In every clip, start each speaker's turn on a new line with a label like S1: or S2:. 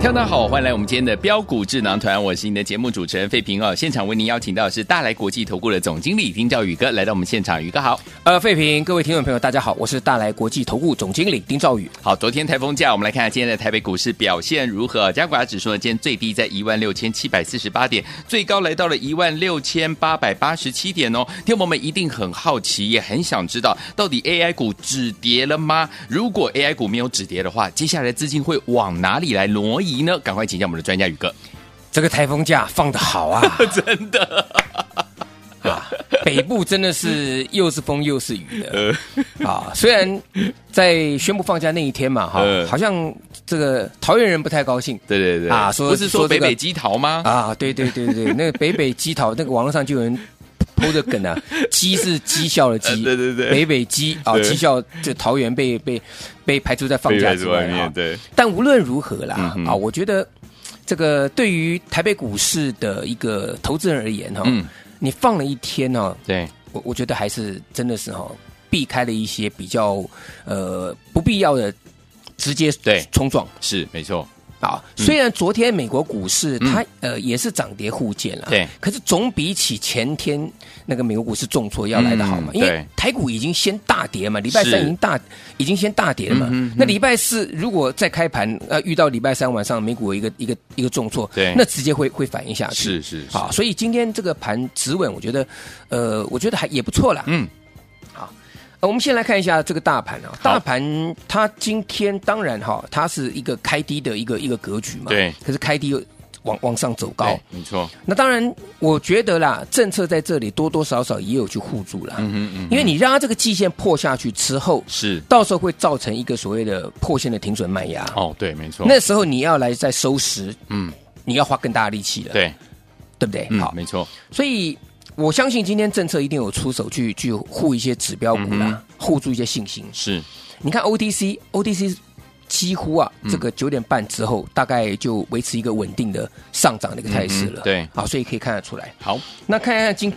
S1: 听众大家好，欢迎来我们今天的标股智囊团，我是你的节目主持人费平哦。现场为您邀请到的是大来国际投顾的总经理丁兆宇哥来到我们现场，宇哥好。
S2: 呃，费平，各位听众朋友，大家好，我是大来国际投顾总经理丁兆宇。
S1: 好，昨天台风假，我们来看看今天的台北股市表现如何。加权指数呢，今天最低在一万六千七百四十八点，哦最高来到了一万六千八百八十七点哦。听众朋友们一定很好奇，也很想知道到底 AI 股止跌了吗？如果 AI 股没有止跌的话，接下来资金会往哪里来挪移呢？赶快请教我们的专家宇哥。
S2: 这个台风假放的好啊，
S1: 真的，
S2: 啊，北部真的是又是风又是雨
S1: 呃
S2: 的啊。虽然在宣布放假那一天嘛，哈、
S1: 呃
S2: 好像这个桃园人不太高兴。
S1: 对对对
S2: 啊说
S1: 不是说
S2: 说
S1: 北
S2: 这个
S1: 北基桃吗？
S2: 啊，对对对 对，那个北北鸡桃，那个网络上就有人剖 的梗啊，鸡是讥笑的
S1: 呃
S2: 鸡，
S1: 对对对
S2: 北北鸡啊，
S1: 对
S2: 讥笑这桃园被被被排除在放
S1: 被
S2: 假
S1: 排
S2: 之
S1: 除
S2: 外
S1: 外
S2: 啊
S1: 面，对，
S2: 但无论如何啦，
S1: 嗯哼
S2: 啊，我觉得这个对于台北股市的一个投资人而言哈、
S1: 嗯
S2: 你放了一天哈、
S1: 对，
S2: 我我觉得还是真的是哈、避开了一些比较呃不必要的直接
S1: 对
S2: 冲撞
S1: 是没错，
S2: 啊。虽然昨天美国股市
S1: 嗯
S2: 它、呃也是涨跌互见了，
S1: 对
S2: 可是总比起前天那个美国股市重挫要来的好嘛，
S1: 嗯
S2: 因为
S1: 对
S2: 台股已经先大跌嘛，礼拜三
S1: 是
S2: 已经大已经先大跌了嘛。
S1: 嗯哼
S2: 那礼拜四如果再开盘，呃，遇到礼拜三晚上美股有一个一个一个重挫，
S1: 对
S2: 那直接会会反应下去。
S1: 是是是，
S2: 好，所以今天这个盘止稳，我觉得，呃，我觉得还也不错啦。
S1: 嗯。
S2: 呃我们先来看一下这个大盘啊，
S1: 好
S2: 大盘它今天当然哈、它是一个开低的一个一个格局嘛，
S1: 对
S2: 可是开低又往往上走高
S1: 对，，没错，
S2: 那当然我觉得啦，政策在这里多多少少也有去护住啦，
S1: 嗯哼嗯哼，
S2: 因为你让它这个季线破下去之后，
S1: 是
S2: 到时候会造成一个所谓的破线的停损卖压，
S1: 哦，对，没错，
S2: 那时候你要来再收拾，
S1: 嗯，
S2: 你要花更大的力气了，
S1: 对，
S2: 对不对？
S1: 嗯
S2: 呃好，
S1: 没错，
S2: 所以我相信今天政策一定有出手去去护一些指标股
S1: 嗯
S2: 啦，护住一些信心。
S1: 是，
S2: 你看 OTC OTC 几乎啊，
S1: 嗯
S2: 这个九点半之后大概就维持一个稳定的上涨的一个态势
S1: 嗯
S2: 了。
S1: 嗯对
S2: 好，所以可以看得出来。
S1: 好，
S2: 那看一下今，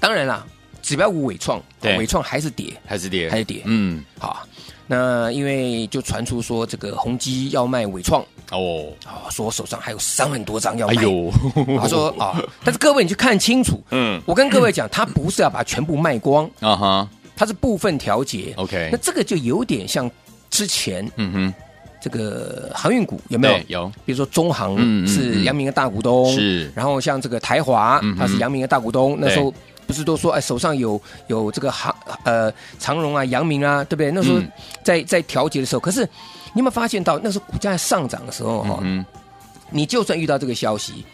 S2: 当然啦，指标股伟创，
S1: 对
S2: 伟创还是跌，
S1: 还是跌，
S2: 还是跌。
S1: 嗯，
S2: 好，那因为就传出说这个宏基要卖伟创，
S1: 哦，
S2: 哦，说我手上还有三万多张要
S1: 哎
S2: 卖。
S1: 呦，
S2: 他说啊、但是各位你去看清楚，
S1: 嗯，
S2: 我跟各位讲，他不是要把全部卖光，
S1: 啊哈
S2: 他是部分调节。
S1: ，OK，
S2: 那这个就有点像之前
S1: 嗯哼，
S2: 这个航运股有没有
S1: 对，？有，
S2: 比如说中
S1: 嗯嗯
S2: 航
S1: 嗯
S2: 是阳明的大股东，
S1: 是
S2: 然后像这个台华
S1: 嗯哼，
S2: 它是阳明的大股东，那时候
S1: 对。
S2: 不是都说哎，手上有有这个航呃长荣啊、阳明啊，对不对？那时候
S1: 嗯
S2: 在在调节的时候，可是你有没有发现到，那时候股价上涨的时候哈，
S1: 嗯哼，
S2: 你就算遇到这个消息，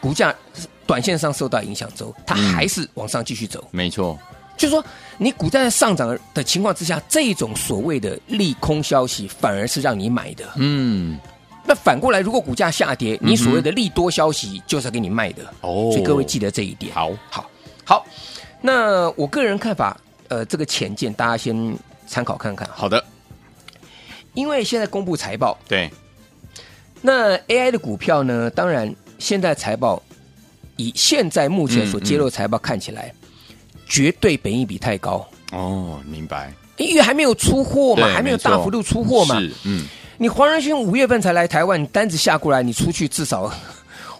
S2: 股价短线上受到影响之后，它
S1: 嗯
S2: 还是往上继续走。
S1: 没错，
S2: 就是说，你股价在上涨的情况之下，这种所谓的利空消息反而是让你买的。
S1: 嗯，
S2: 那反过来，如果股价下跌，
S1: 嗯哼
S2: 你所谓的利多消息就是要给你卖的。
S1: 哦
S2: 所以各位记得这一点。，
S1: 好，
S2: 好，好。那我个人看法，呃，这个浅见大家先参考看看。
S1: 好的，
S2: 因为现在公布财报，
S1: 对，
S2: 那 AI 的股票呢，当然现在财报以现在目
S1: 嗯
S2: 前所揭露的财报看起来，绝对本益比太高。
S1: 哦，明白，
S2: 因为还没有出货嘛，
S1: 对
S2: 还没有
S1: 没错
S2: 大幅度出货嘛。
S1: 是，嗯，
S2: 你黄仁勋五月份才来台湾，你单子下过来，你出去至少，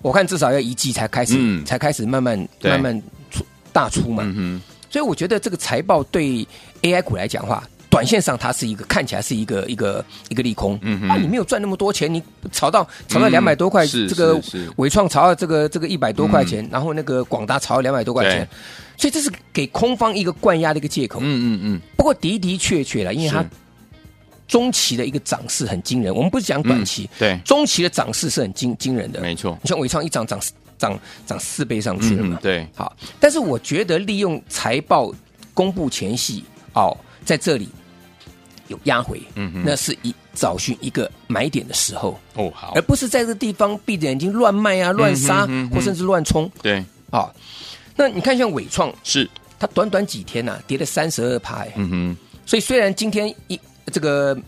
S2: 我看至少要一季才开始，
S1: 嗯
S2: 才开始慢慢
S1: 对
S2: 慢慢出大出嘛。
S1: 嗯哼，
S2: 所以我觉得这个财报对 AI 股来讲的话，短线上它是一个看起来是一个一个一个利空。
S1: 嗯哼嗯
S2: 啊，你没有赚那么多钱，你炒到炒到两百多块，
S1: 是
S2: 这个
S1: 是是
S2: 伟创炒到这个这个一百多块钱，然后那个广达炒到两百多块钱
S1: 对，
S2: 所以这是给空方一个灌压的一个借口。
S1: 嗯嗯嗯，
S2: 不过的的确确了，因为它
S1: 是
S2: 中期的一个涨势很惊人。我们不是讲短期，
S1: 嗯对
S2: 中期的涨势是很惊惊人的。
S1: 没错
S2: 你像伟创一涨涨涨涨四倍上去了
S1: 嗯
S2: 嘛
S1: 嗯，，对，
S2: 好，但是我觉得利用财报公布前夕哦，在这里有压回，
S1: 嗯哼
S2: 那是一找寻一个买点的时候，
S1: 哦，好
S2: 而，不是在这个地方闭着眼睛乱卖啊、乱杀、
S1: 嗯哼嗯哼
S2: 或甚至乱冲
S1: 对，
S2: 啊、那你看像伟创，
S1: 是，
S2: 它短短几天呐、啊跌了三十二趴，哎
S1: 嗯哼，
S2: 所以虽然今天一这个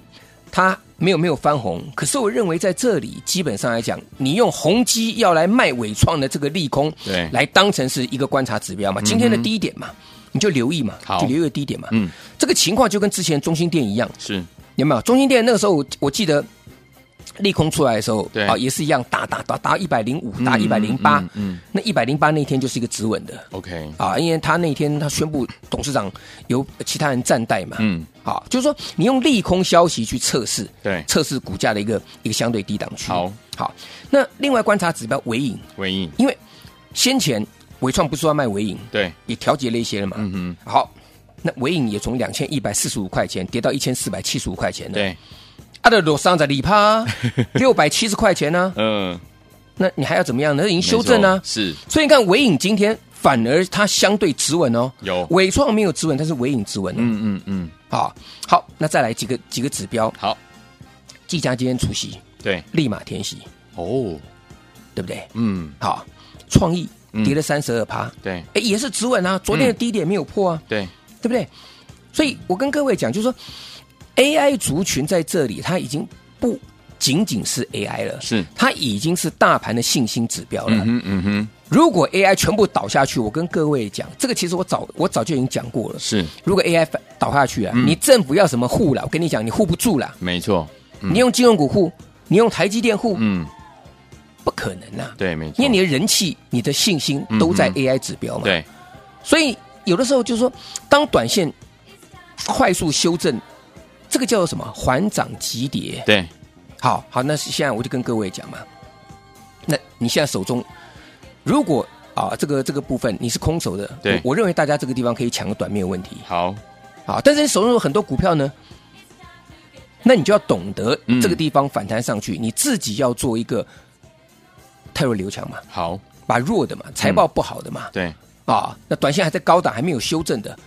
S2: 它没有没有翻红，可是我认为在这里基本上来讲，你用宏基要来卖伟创的这个利空，
S1: 对嗯
S2: 来当成是一个观察指标嘛，今天的低点嘛，你就留意嘛，
S1: 好
S2: 就留意个低点嘛。
S1: 嗯，
S2: 这个情况就跟之前中心店一样，
S1: 是，
S2: 有没有？中心店那个时候我我记得。利空出来的时候，
S1: 对
S2: 啊，也是一样打打打打一百零五，打
S1: 嗯
S2: 一百零八
S1: 嗯嗯嗯，
S2: 那一百零八那天就是一个止稳的，
S1: ，OK，
S2: 啊，因为他那天他宣布董事长由其他人暂代嘛，
S1: 嗯，
S2: 好，就是说你用利空消息去测试，
S1: 对
S2: 测试股价的一个一个相对低档区。
S1: 好，
S2: 好，那另外观察指标尾影，
S1: 尾影，
S2: 因为先前伟创不是说要卖尾影，
S1: 对，
S2: 也调节了一些了嘛，
S1: 嗯哼，
S2: 好，那尾影也从两千一百四十五块钱跌到一千四百七十五块钱了，，
S1: 对，
S2: 啊的罗桑在里趴六百七十块钱呢、
S1: 嗯，
S2: 那你还要怎么样呢？那已经修正呢、啊
S1: 没错是，
S2: 所以你看尾影今天反而它相对止稳哦，
S1: 有
S2: 伟创没有止稳，但是尾影止稳、嗯，
S1: 嗯嗯嗯，
S2: 好，好，那再来几个几个指标，
S1: 好，
S2: 技嘉今天除夕，
S1: 对，
S2: 立马填息，
S1: 哦，
S2: 对不对？
S1: 嗯，
S2: 好，创意
S1: 嗯
S2: 跌了三十二趴，
S1: 对，
S2: 哎，也是止稳啊，昨天的低点没有破啊，
S1: 对，
S2: 对不对？所以我跟各位讲，就是说 AI 族群在这里，它已经不仅仅是 AI 了，
S1: 是
S2: 它已经是大盘的信心指标了。
S1: 嗯哼嗯哼，
S2: 如果 AI 全部倒下去，我跟各位讲，这个其实我早我早就已经讲过了。
S1: 是，
S2: 如果 AI 反倒下去啊，
S1: 嗯
S2: 你政府要什么护了？我跟你讲，你护不住了。
S1: 没错，嗯
S2: 你用金融股护，你用台积电护，
S1: 嗯，
S2: 不可能呐、啊。
S1: 对，没错，
S2: 因为你啊的人气、你的信心都在
S1: 嗯哼
S2: AI 指标嘛。。
S1: 对，
S2: 所以有的时候就是说，当短线快速修正，这个叫做什么？缓涨急跌。
S1: 对，
S2: 好好，那现在我就跟各位讲嘛，那你现在手中如果啊这个这个部分你是空手的，
S1: 对
S2: 我我认为大家这个地方可以抢个短没有问题。
S1: 好，
S2: 好，但是你手中有很多股票呢，那你就要懂得
S1: 嗯
S2: 这个地方反弹上去，你自己要做一个太弱留强嘛，
S1: 好，
S2: 把弱的嘛，财
S1: 嗯
S2: 报不好的嘛，
S1: 对，
S2: 啊，那短线还在高档还没有修正的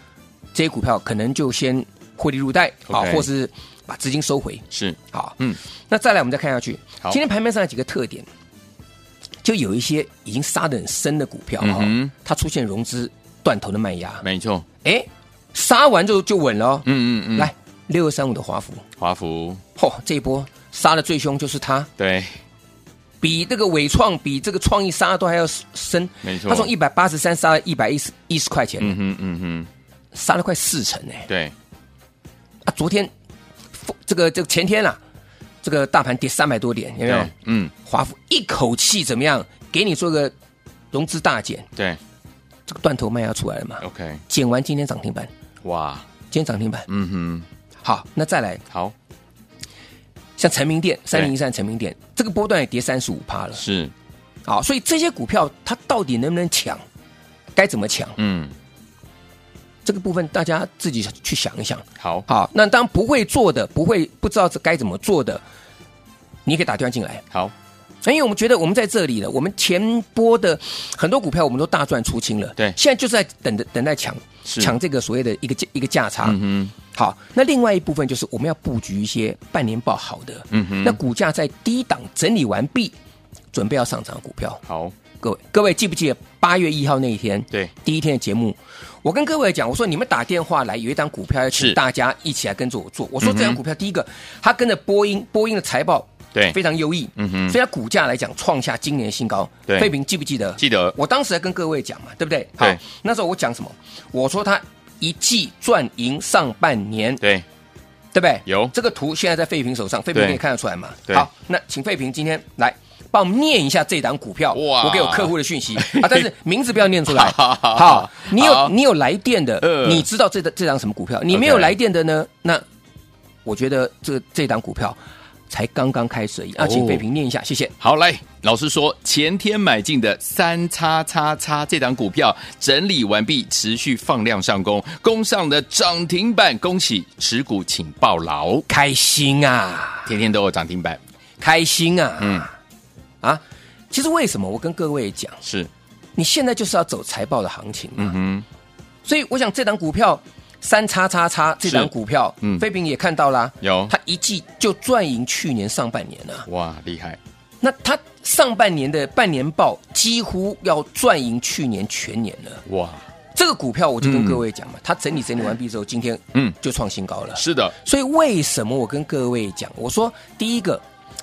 S2: 这些股票，可能就先获利入袋啊
S1: OK
S2: 或是把资金收回。
S1: 是，
S2: 好，
S1: 嗯，
S2: 那再来我们再看下去
S1: 好，
S2: 今天盘面上有几个特点，就有一些已经杀得很深的股票哈、
S1: 嗯哼
S2: 它出现融资断头的卖压，
S1: 没错，
S2: 哎，杀完就就稳了、哦。
S1: 嗯嗯嗯，，
S2: 来六二三五的华孚，
S1: 华孚，
S2: 嚯、这一波杀的最凶就是它，
S1: 对，
S2: 比这个伟创、比这个创意杀的都还要深。
S1: 没错
S2: 它从一百八十三杀了一百一十一十块钱，
S1: 嗯哼嗯哼，
S2: 杀了快四成哎、
S1: 对，
S2: 啊，昨天这个这个前天啊，这个大盘跌三百多点，有没有
S1: 对？，嗯，
S2: 华孚一口气怎么样？给你做个融资大减，
S1: 对
S2: 这个断头卖要出来了嘛？
S1: ，OK，
S2: 减完今天涨停板，
S1: 哇，
S2: 今天涨停板。
S1: 嗯哼，
S2: 好，那再来
S1: 好，
S2: 像成名店三零一三成名店，这个波段也跌三十五趴了。
S1: 是，
S2: 好，所以这些股票它到底能不能抢？该怎么抢？
S1: 嗯，
S2: 这个部分大家自己去想一想。
S1: 好，
S2: 好，那当不会做的，不会不知道这该怎么做的，你也可以打电话进来。
S1: 好，
S2: 因为我们觉得我们在这里了，我们前波的很多股票我们都大赚出清了，
S1: 对
S2: 现在就是在等着等待抢
S1: 是
S2: 抢这个所谓的一个价一个价差。
S1: 嗯哼，
S2: 好，那另外一部分就是我们要布局一些半年报好的，
S1: 嗯哼
S2: 那股价在低档整理完毕，准备要上涨的股票，
S1: 好，
S2: 各位各位记不记得八月一号那一天？
S1: 对，
S2: 第一天的节目，我跟各位讲，我说你们打电话来，有一档股票要
S1: 是嗯
S2: 请大家一起来跟着我做。我说这档股票，第一个，它跟着波音，波音的财报
S1: 对
S2: 非常优异，
S1: 嗯哼
S2: 所以它股价来讲创下今年新高。
S1: 对
S2: 费平记不记得？
S1: 记得
S2: 我当时还跟各位讲嘛，对不对？
S1: 对，
S2: 那时候我讲什么？我说它一季赚赢上半年，
S1: 对，
S2: 对不对？
S1: 有
S2: 这个图现在在费平手上，费平
S1: 对
S2: 可以看得出来嘛？
S1: 对
S2: 好，那请费平今天来帮我们念一下这档股票，
S1: 哇
S2: 我给我客户的 讯息啊，但是名字不要念出来。
S1: 好好好
S2: 好，你有
S1: 好
S2: 你有来电的
S1: 呃，
S2: 你知道这档这档什么股票？你没有来电的呢？那我觉得这这档股票才刚刚开始而
S1: 哦
S2: 已。啊，请费平念一下，谢谢。
S1: 好，来，老师说前天买进的三叉叉叉这档股票整理完毕，持续放量上攻，攻上了涨停板，恭喜持股请抱牢，
S2: 开心啊，
S1: 天天都有涨停板，
S2: 开心啊，
S1: 嗯
S2: 啊，其实为什么我跟各位讲，
S1: 是，
S2: 你现在就是要走财报的行情嘛。
S1: 嗯
S2: 所以我想这档股票三叉叉叉这档股票，
S1: 嗯
S2: 飞平也看到啦，
S1: 有
S2: 它一季就赚赢去年上半年了。
S1: 哼，哇，厉害，
S2: 那它上半年的半年报几乎要赚赢去年全年了。
S1: 哇，
S2: 这个股票我就跟
S1: 嗯
S2: 各位讲嘛，它整理整理完毕之后，今天
S1: 嗯
S2: 就创新高了。
S1: 是的，
S2: 所以为什么我跟各位讲，我说第一个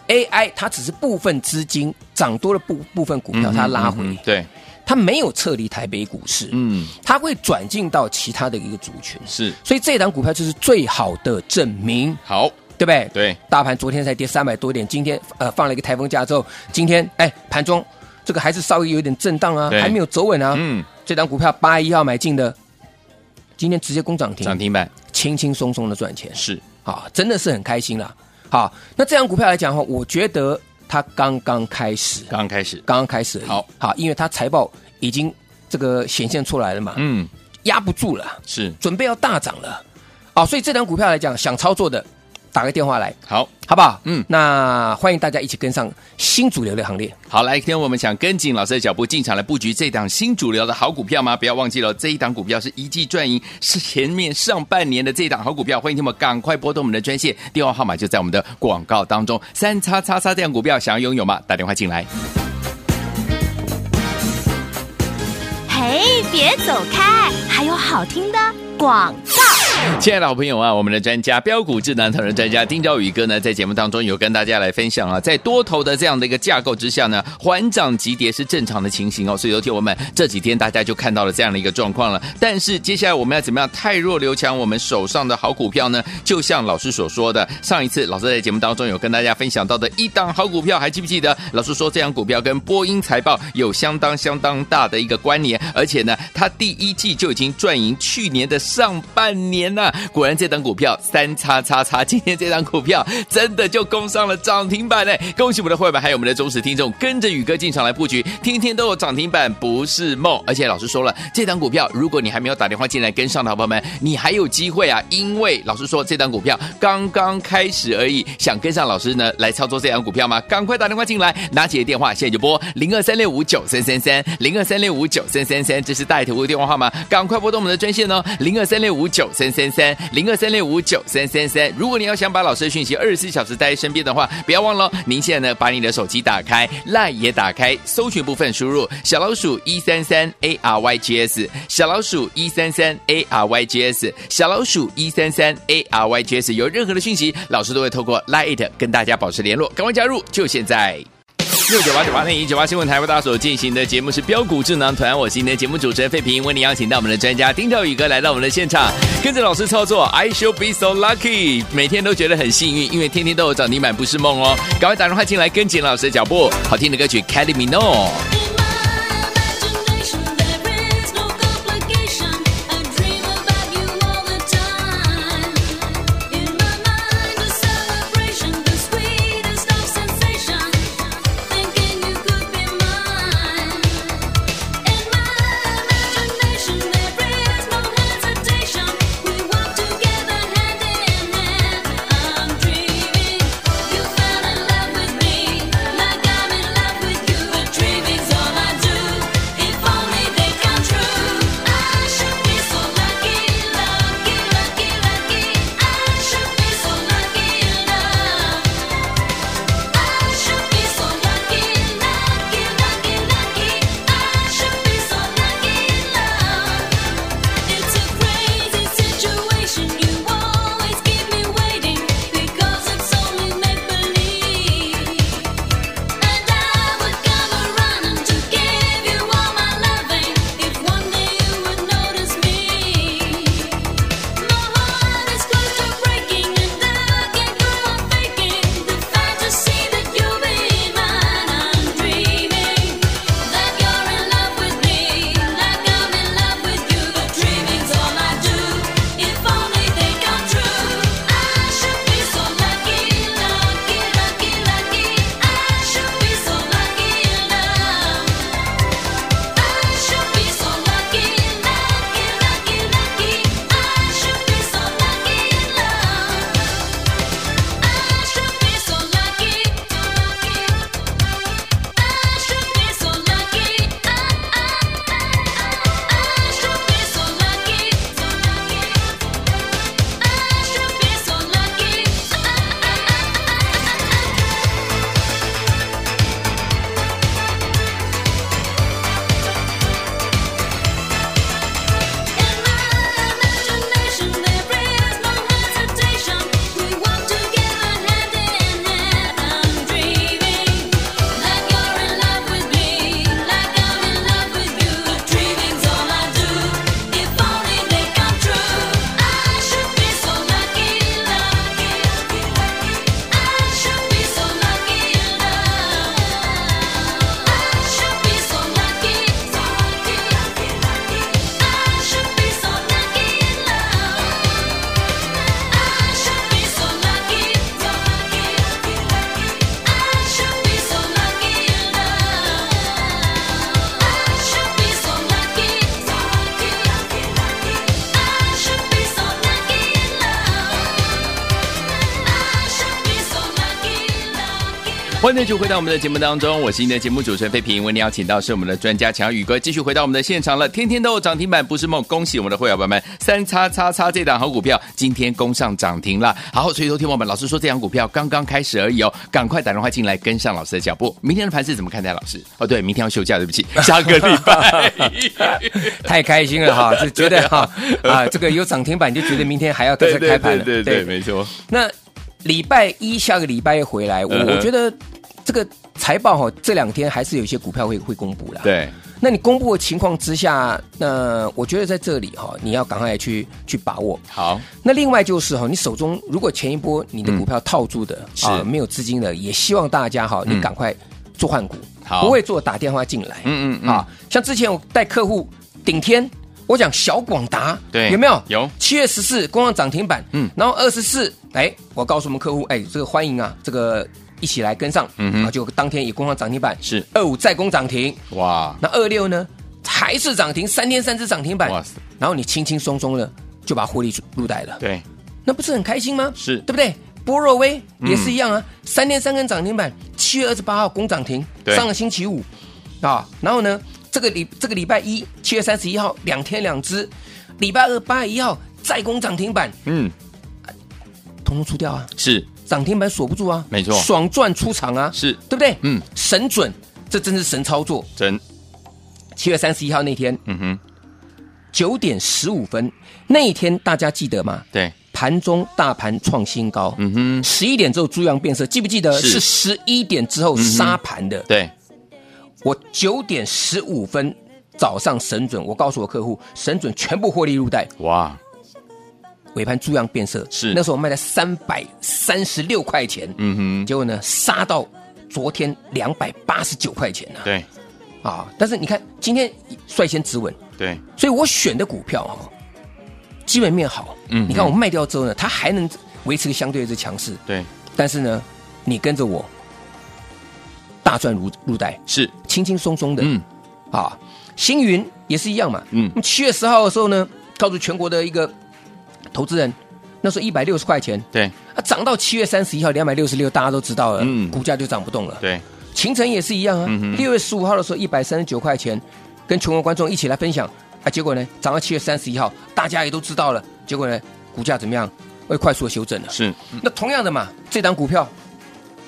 S2: AI 它只是部分资金涨多了部部分股票它拉回，
S1: 嗯哼对，
S2: 它没有撤离台北股市，
S1: 嗯，
S2: 它会转进到其他的一个族群。
S1: 是，
S2: 所以这档股票就是最好的证明，
S1: 好，
S2: 对不对？
S1: 对，
S2: 大盘昨天才跌三百多点，今天呃放了一个台风假之后，今天哎盘中这个还是稍微有点震荡啊，
S1: 对
S2: 还没有走稳啊。
S1: 嗯，
S2: 这档股票八一号买进的，今天直接攻涨停，
S1: 涨停板
S2: 轻轻松松的赚钱
S1: 是，
S2: 啊，真的是很开心啦。好，那这档股票来讲的话，我觉得它刚刚开始，
S1: 刚开始，
S2: 刚刚开始而已。
S1: 嗯好，
S2: 好，因为它财报已经这个显现出来了嘛，
S1: 嗯，
S2: 压不住了，
S1: 是，
S2: 准备要大涨了啊，所以这档股票来讲，想操作的打个电话来，
S1: 好，
S2: 好不好？
S1: 嗯
S2: 那欢迎大家一起跟上新主流的行列。
S1: 好，来，今天我们想跟紧老师的脚步进场来布局这档新主流的好股票吗？不要忘记了，这一档股票是一季赚赢，是前面上半年的这一档好股票。欢迎听们赶快拨通我们的专线，电话号码就在我们的广告当中。三叉叉叉这样股票想要拥有吗？打电话进来。
S3: 嘿，别走开，还有好听的广告。
S1: 亲爱的好朋友啊，我们的专家标股智能投人专家丁兆宇哥呢，在节目当中有跟大家来分享啊，在多头的这样的一个架构之下呢，缓涨急跌是正常的情形哦。所以有听我们这几天大家就看到了这样的一个状况了。但是接下来我们要怎么样太弱留强我们手上的好股票呢？就像老师所说的，上一次老师在节目当中有跟大家分享到的一档好股票，还记不记得？老师说这档股票跟波音财报有相当相当大的一个关联，而且呢，它第一季就已经赚赢去年的上半年了。果然这档股票三叉叉叉， 今天这档股票真的就攻上了涨停板嘞！恭喜我们的会员还有我们的忠实听众，跟着宇哥进场来布局，天天都有涨停板不是梦。而且老师说了，这档股票如果你还没有打电话进来跟上的好朋友们，你还有机会啊，因为老师说这档股票刚刚开始而已，想跟上老师呢来操作这档股票吗？赶快打电话进来，拿起你的电话现在就拨零二三六五九三三三零二三六五九三三三，这是带头的电话号码，赶快拨动我们的专线哦，零二三六五九三三三零二三六五九三三三。如果你要想把老师的讯息二十四小时带在身边的话，不要忘了哦，您现在呢把你的手机打开，Line 也打开，搜寻部分输入小老鼠一三三 A R Y G S，小老鼠一三三 A R Y G S，小老鼠一三三 A R Y G S，有任何的讯息，老师都会透过 Line 跟大家保持联络，赶快加入，就现在。六九八九八零一九八新闻台为大家所进行的节目是标股智囊团，我是今天的节目主持人费平，为您邀请到我们的专家丁兆宇哥来到我们的现场，跟着老师操作，I shall be so lucky，每天都觉得很幸运，因为天天都有涨停板不是梦哦，赶快打电话进来跟紧老师的脚步，好听的歌曲《Kelly m i n o
S4: Imagination, there is no complication. I dream about you all the time. In my mind, a celebration, the sweetest of sensation. Thinking you could be mine. In my imagination, there is no hesitation. We walk together hand in hand. I'm dreaming you fell in love with me, like I'm in love with you. A dream is all.
S1: 欢迎继续回到我们的节目当中，我是您的节目主持人费平。为您邀请到是我们的专家强宇哥，继续回到我们的现场了。天天都有涨停板不是梦，恭喜我们的会员朋友们，三叉叉叉这档好股票今天攻上涨停了。好，所以说听我们老师说这档股票刚刚开始而已哦，赶快打电话进来跟上老师的脚步。明天的盘是怎么看待？老师哦，对，明天要休假，对不起，下个礼拜。呃
S2: 太开心 了哈，就觉得哈啊，这个有涨停板就觉得明天还要再开盘 了。
S1: 对对，没错，
S2: 那礼拜一下个礼拜一回来，我
S1: 嗯哼
S2: 我觉得这个财报哈，这两天还是有一些股票会会公布啦。，
S1: 对，
S2: 那你公布的情况之下，那我觉得在这里哈，你要赶快去去把握。
S1: 好，
S2: 那另外就是哈，你手中如果前一波你的股票套住的、
S1: 是
S2: 啊，没有资金的，也希望大家哈，
S1: 嗯
S2: 你赶快做换股，
S1: 好
S2: 不会做打电话进来。
S1: 嗯嗯嗯
S2: 啊，像之前我带客户顶天。我讲小广达，
S1: 对
S2: 有没有？
S1: 有
S2: 七月十四攻上涨停板，
S1: 嗯
S2: 嗯，然后二十四，哎，我告诉我们客户，哎，这个欢迎啊，这个一起来跟上，
S1: 嗯哼
S2: 然后就当天也攻上涨停板，
S1: 是
S2: 二五再攻涨停，
S1: 哇，
S2: 那二六呢还是涨停，三天三只涨停板
S1: 哇塞，
S2: 然后你轻轻松松的就把获利入袋了，
S1: 对，
S2: 那不是很开心吗？
S1: 是嗯
S2: 对不对？波若威也是一样啊，三天三根涨停板，七月二十八号攻涨停，
S1: 对
S2: 上个星期五啊，然后呢，这个礼这个礼拜一，七月三十一号两天两只，礼拜二八一号再攻涨停板，
S1: 嗯，
S2: 统统出掉啊，
S1: 是
S2: 涨停板锁不住啊，
S1: 没错
S2: 爽赚出场啊，
S1: 是，
S2: 对不对？
S1: 嗯，
S2: 神准，这真是神操作。
S1: 真，
S2: 七月三十一号那天
S1: 嗯哼，
S2: 九点十五分那一天，大家记得吗？
S1: 对，
S2: 盘中大盘创新高，
S1: 嗯哼，
S2: 十一点之后猪羊变色，记不记得
S1: 是嗯
S2: 是十一点之后杀盘的？
S1: 对，
S2: 我九点十五分早上神准，我告诉我客户，神准全部获利入袋，
S1: 哇，
S2: 尾盘猪羊变色，
S1: 是
S2: 那时候我卖在三百三十六块钱，
S1: 嗯
S2: 结果呢杀到昨天两百八十九块钱呢
S1: 哼，、对
S2: 啊，但是你看今天率先止稳，
S1: 对，
S2: 所以我选的股票哦，基本面好，
S1: 嗯
S2: 你看我卖掉之后呢，它还能维持个相对的强势，
S1: 对，
S2: 但是呢，你跟着我大赚如入袋，
S1: 是，
S2: 轻轻松松的。
S1: 嗯，
S2: 啊，星云也是一样嘛。
S1: 嗯
S2: 嗯，七月十号的时候呢，告诉全国的一个投资人，那时候一百六十块钱，
S1: 对
S2: 啊，涨到七月三十一号两百六十六，大家都知道了，
S1: 嗯
S2: 股价就涨不动了。
S1: 对，
S2: 秦城也是一样啊
S1: 嗯哼，
S2: 六、月十五号的时候一百三十九块钱，跟全国观众一起来分享啊，结果呢，涨到七月三十一号，大家也都知道了，结果呢，股价怎么样？会快速的修正了。
S1: 是
S2: 那同样的嘛，这档股票，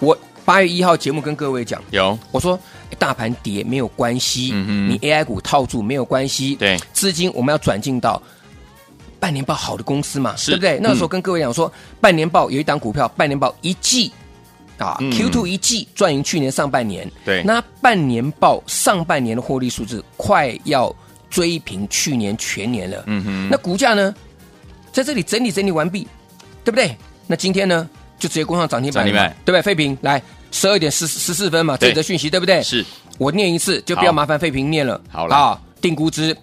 S2: 我八月一号节目跟各位讲，
S1: 有，
S2: 我说诶大盘跌没有关系，
S1: 嗯哼
S2: 你 AI 股套住没有关系，
S1: 对，
S2: 资金我们要转进到半年报好的公司嘛，
S1: 是嗯
S2: 对不对？那时候跟各位讲说，半年报有一档股票，半年报一季。啊
S1: 嗯
S2: ，Q two 一季赚赢去年上半年，
S1: 对
S2: 那半年报上半年的获利数字快要追平去年全年了，
S1: 嗯哼，
S2: 那股价呢，在这里整理整理完毕，对不对？那今天呢，就直接攻上涨停板了嘛，
S1: 涨停板
S2: 对不对？废品来十二点十十四分嘛，这
S1: 对
S2: 则讯息对不对？
S1: 是
S2: 我念一次，就不
S1: 好
S2: 要麻烦废品念了。
S1: 好啦
S2: 啊，定估值，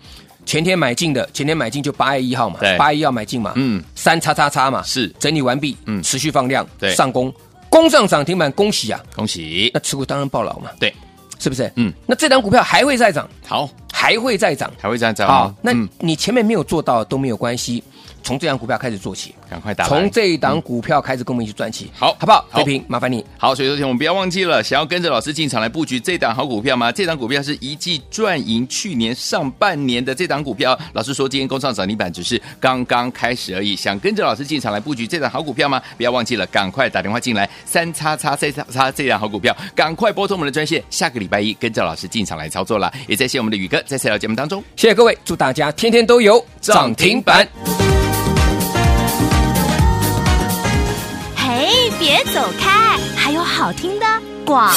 S2: 前天买进的，前天买进就八月一号嘛
S1: 对，
S2: 八月一号买进嘛，
S1: 嗯，
S2: 三叉叉叉嘛，
S1: 是
S2: 整理完毕，
S1: 嗯
S2: 持续放量，
S1: 对
S2: 上攻，攻上涨停板，恭喜啊！
S1: 恭喜
S2: 那，持股当然爆牢嘛，
S1: 对，
S2: 是不是？
S1: 嗯，
S2: 那这档股票还会再涨，
S1: 好，
S2: 还会再涨，
S1: 还会这样涨
S2: 好
S1: 哦，
S2: 那
S1: 嗯
S2: 你前面没有做到都没有关系，从这档股票开始做起，
S1: 赶快打来
S2: 从这一档股票开始跟我们一起赚起，
S1: 嗯好
S2: 好不好？
S1: 好
S2: 飞平，麻烦你。
S1: 好，所以昨天我们不要忘记了，想要跟着老师进场来布局这档好股票吗？这档股票是一季赚赢去年上半年的这档股票。老师说，今天工上涨停板只是刚刚开始而已。想跟着老师进场来布局这档好股票吗？不要忘记了，赶快打电话进来，三叉叉三叉叉这档好股票，赶快拨通我们的专线，下个礼拜一跟着老师进场来操作啦。也再谢我们的宇哥在这条节目当中。
S2: 谢谢各位，祝大家天天都有
S1: 涨停板。
S3: 嘿，别走开，还有好听的广。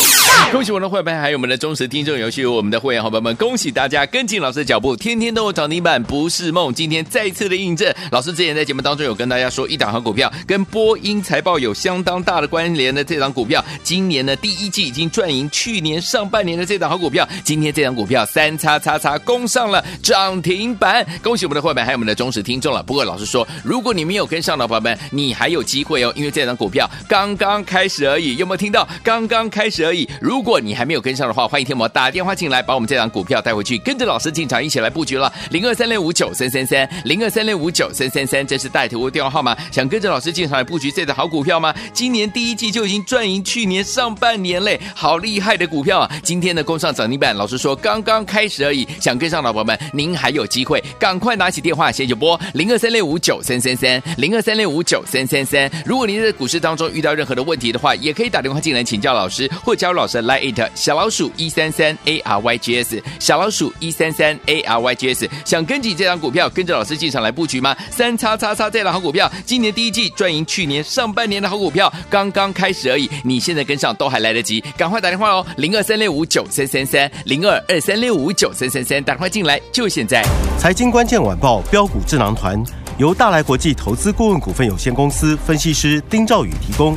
S1: 恭喜我们的会员朋友，还有我们的忠实听众，尤其有我们的会员伙伴们，恭喜大家跟进老师的脚步，天天都有涨停板不是梦。今天再一次的印证，老师之前在节目当中有跟大家说，一档好股票跟波音财报有相当大的关联的这档股票，今年呢第一季已经赚赢去年上半年的这档好股票，今天这档股票三叉叉叉攻上了涨停板，恭喜我们的会员们还有我们的忠实听众了。不过老师说，如果你没有跟上的伙伴们，你还有机会哦，因为这档股票刚刚开始而已，有没有听到？刚刚。刚开始而已。如果你还没有跟上的话，欢迎天魔打电话进来，把我们这档股票带回去，跟着老师进场一起来布局了。零二三六五九三三三，零二三六五九三三三，这是带头的电话号码。想跟着老师进场来布局这档好股票吗？今年第一季就已经赚赢去年上半年嘞，好厉害的股票啊！今天的攻上涨停板，老师说刚刚开始而已。想跟上的宝宝们，您还有机会，赶快拿起电话先就拨零二三六五九三三三，零二三六五九三三三。如果您在股市当中遇到任何的问题的话，也可以打电话进来请教老师，或加入老师的 Line It 小老鼠一三三 A R Y G S 小老鼠一三三 A R Y G S。想跟紧这档股票，跟着老师进场来布局吗？三叉叉叉这档好股票，今年第一季赚赢去年上半年的好股票，刚刚开始而已，你现在跟上都还来得及，赶快打电话喽，零二三六五九三三三，零二二三六五九三三三，打电话进来就现在。
S5: 财经关键晚报标股智囊团由大来国际投资顾问股份有限公司分析师丁兆宇提供。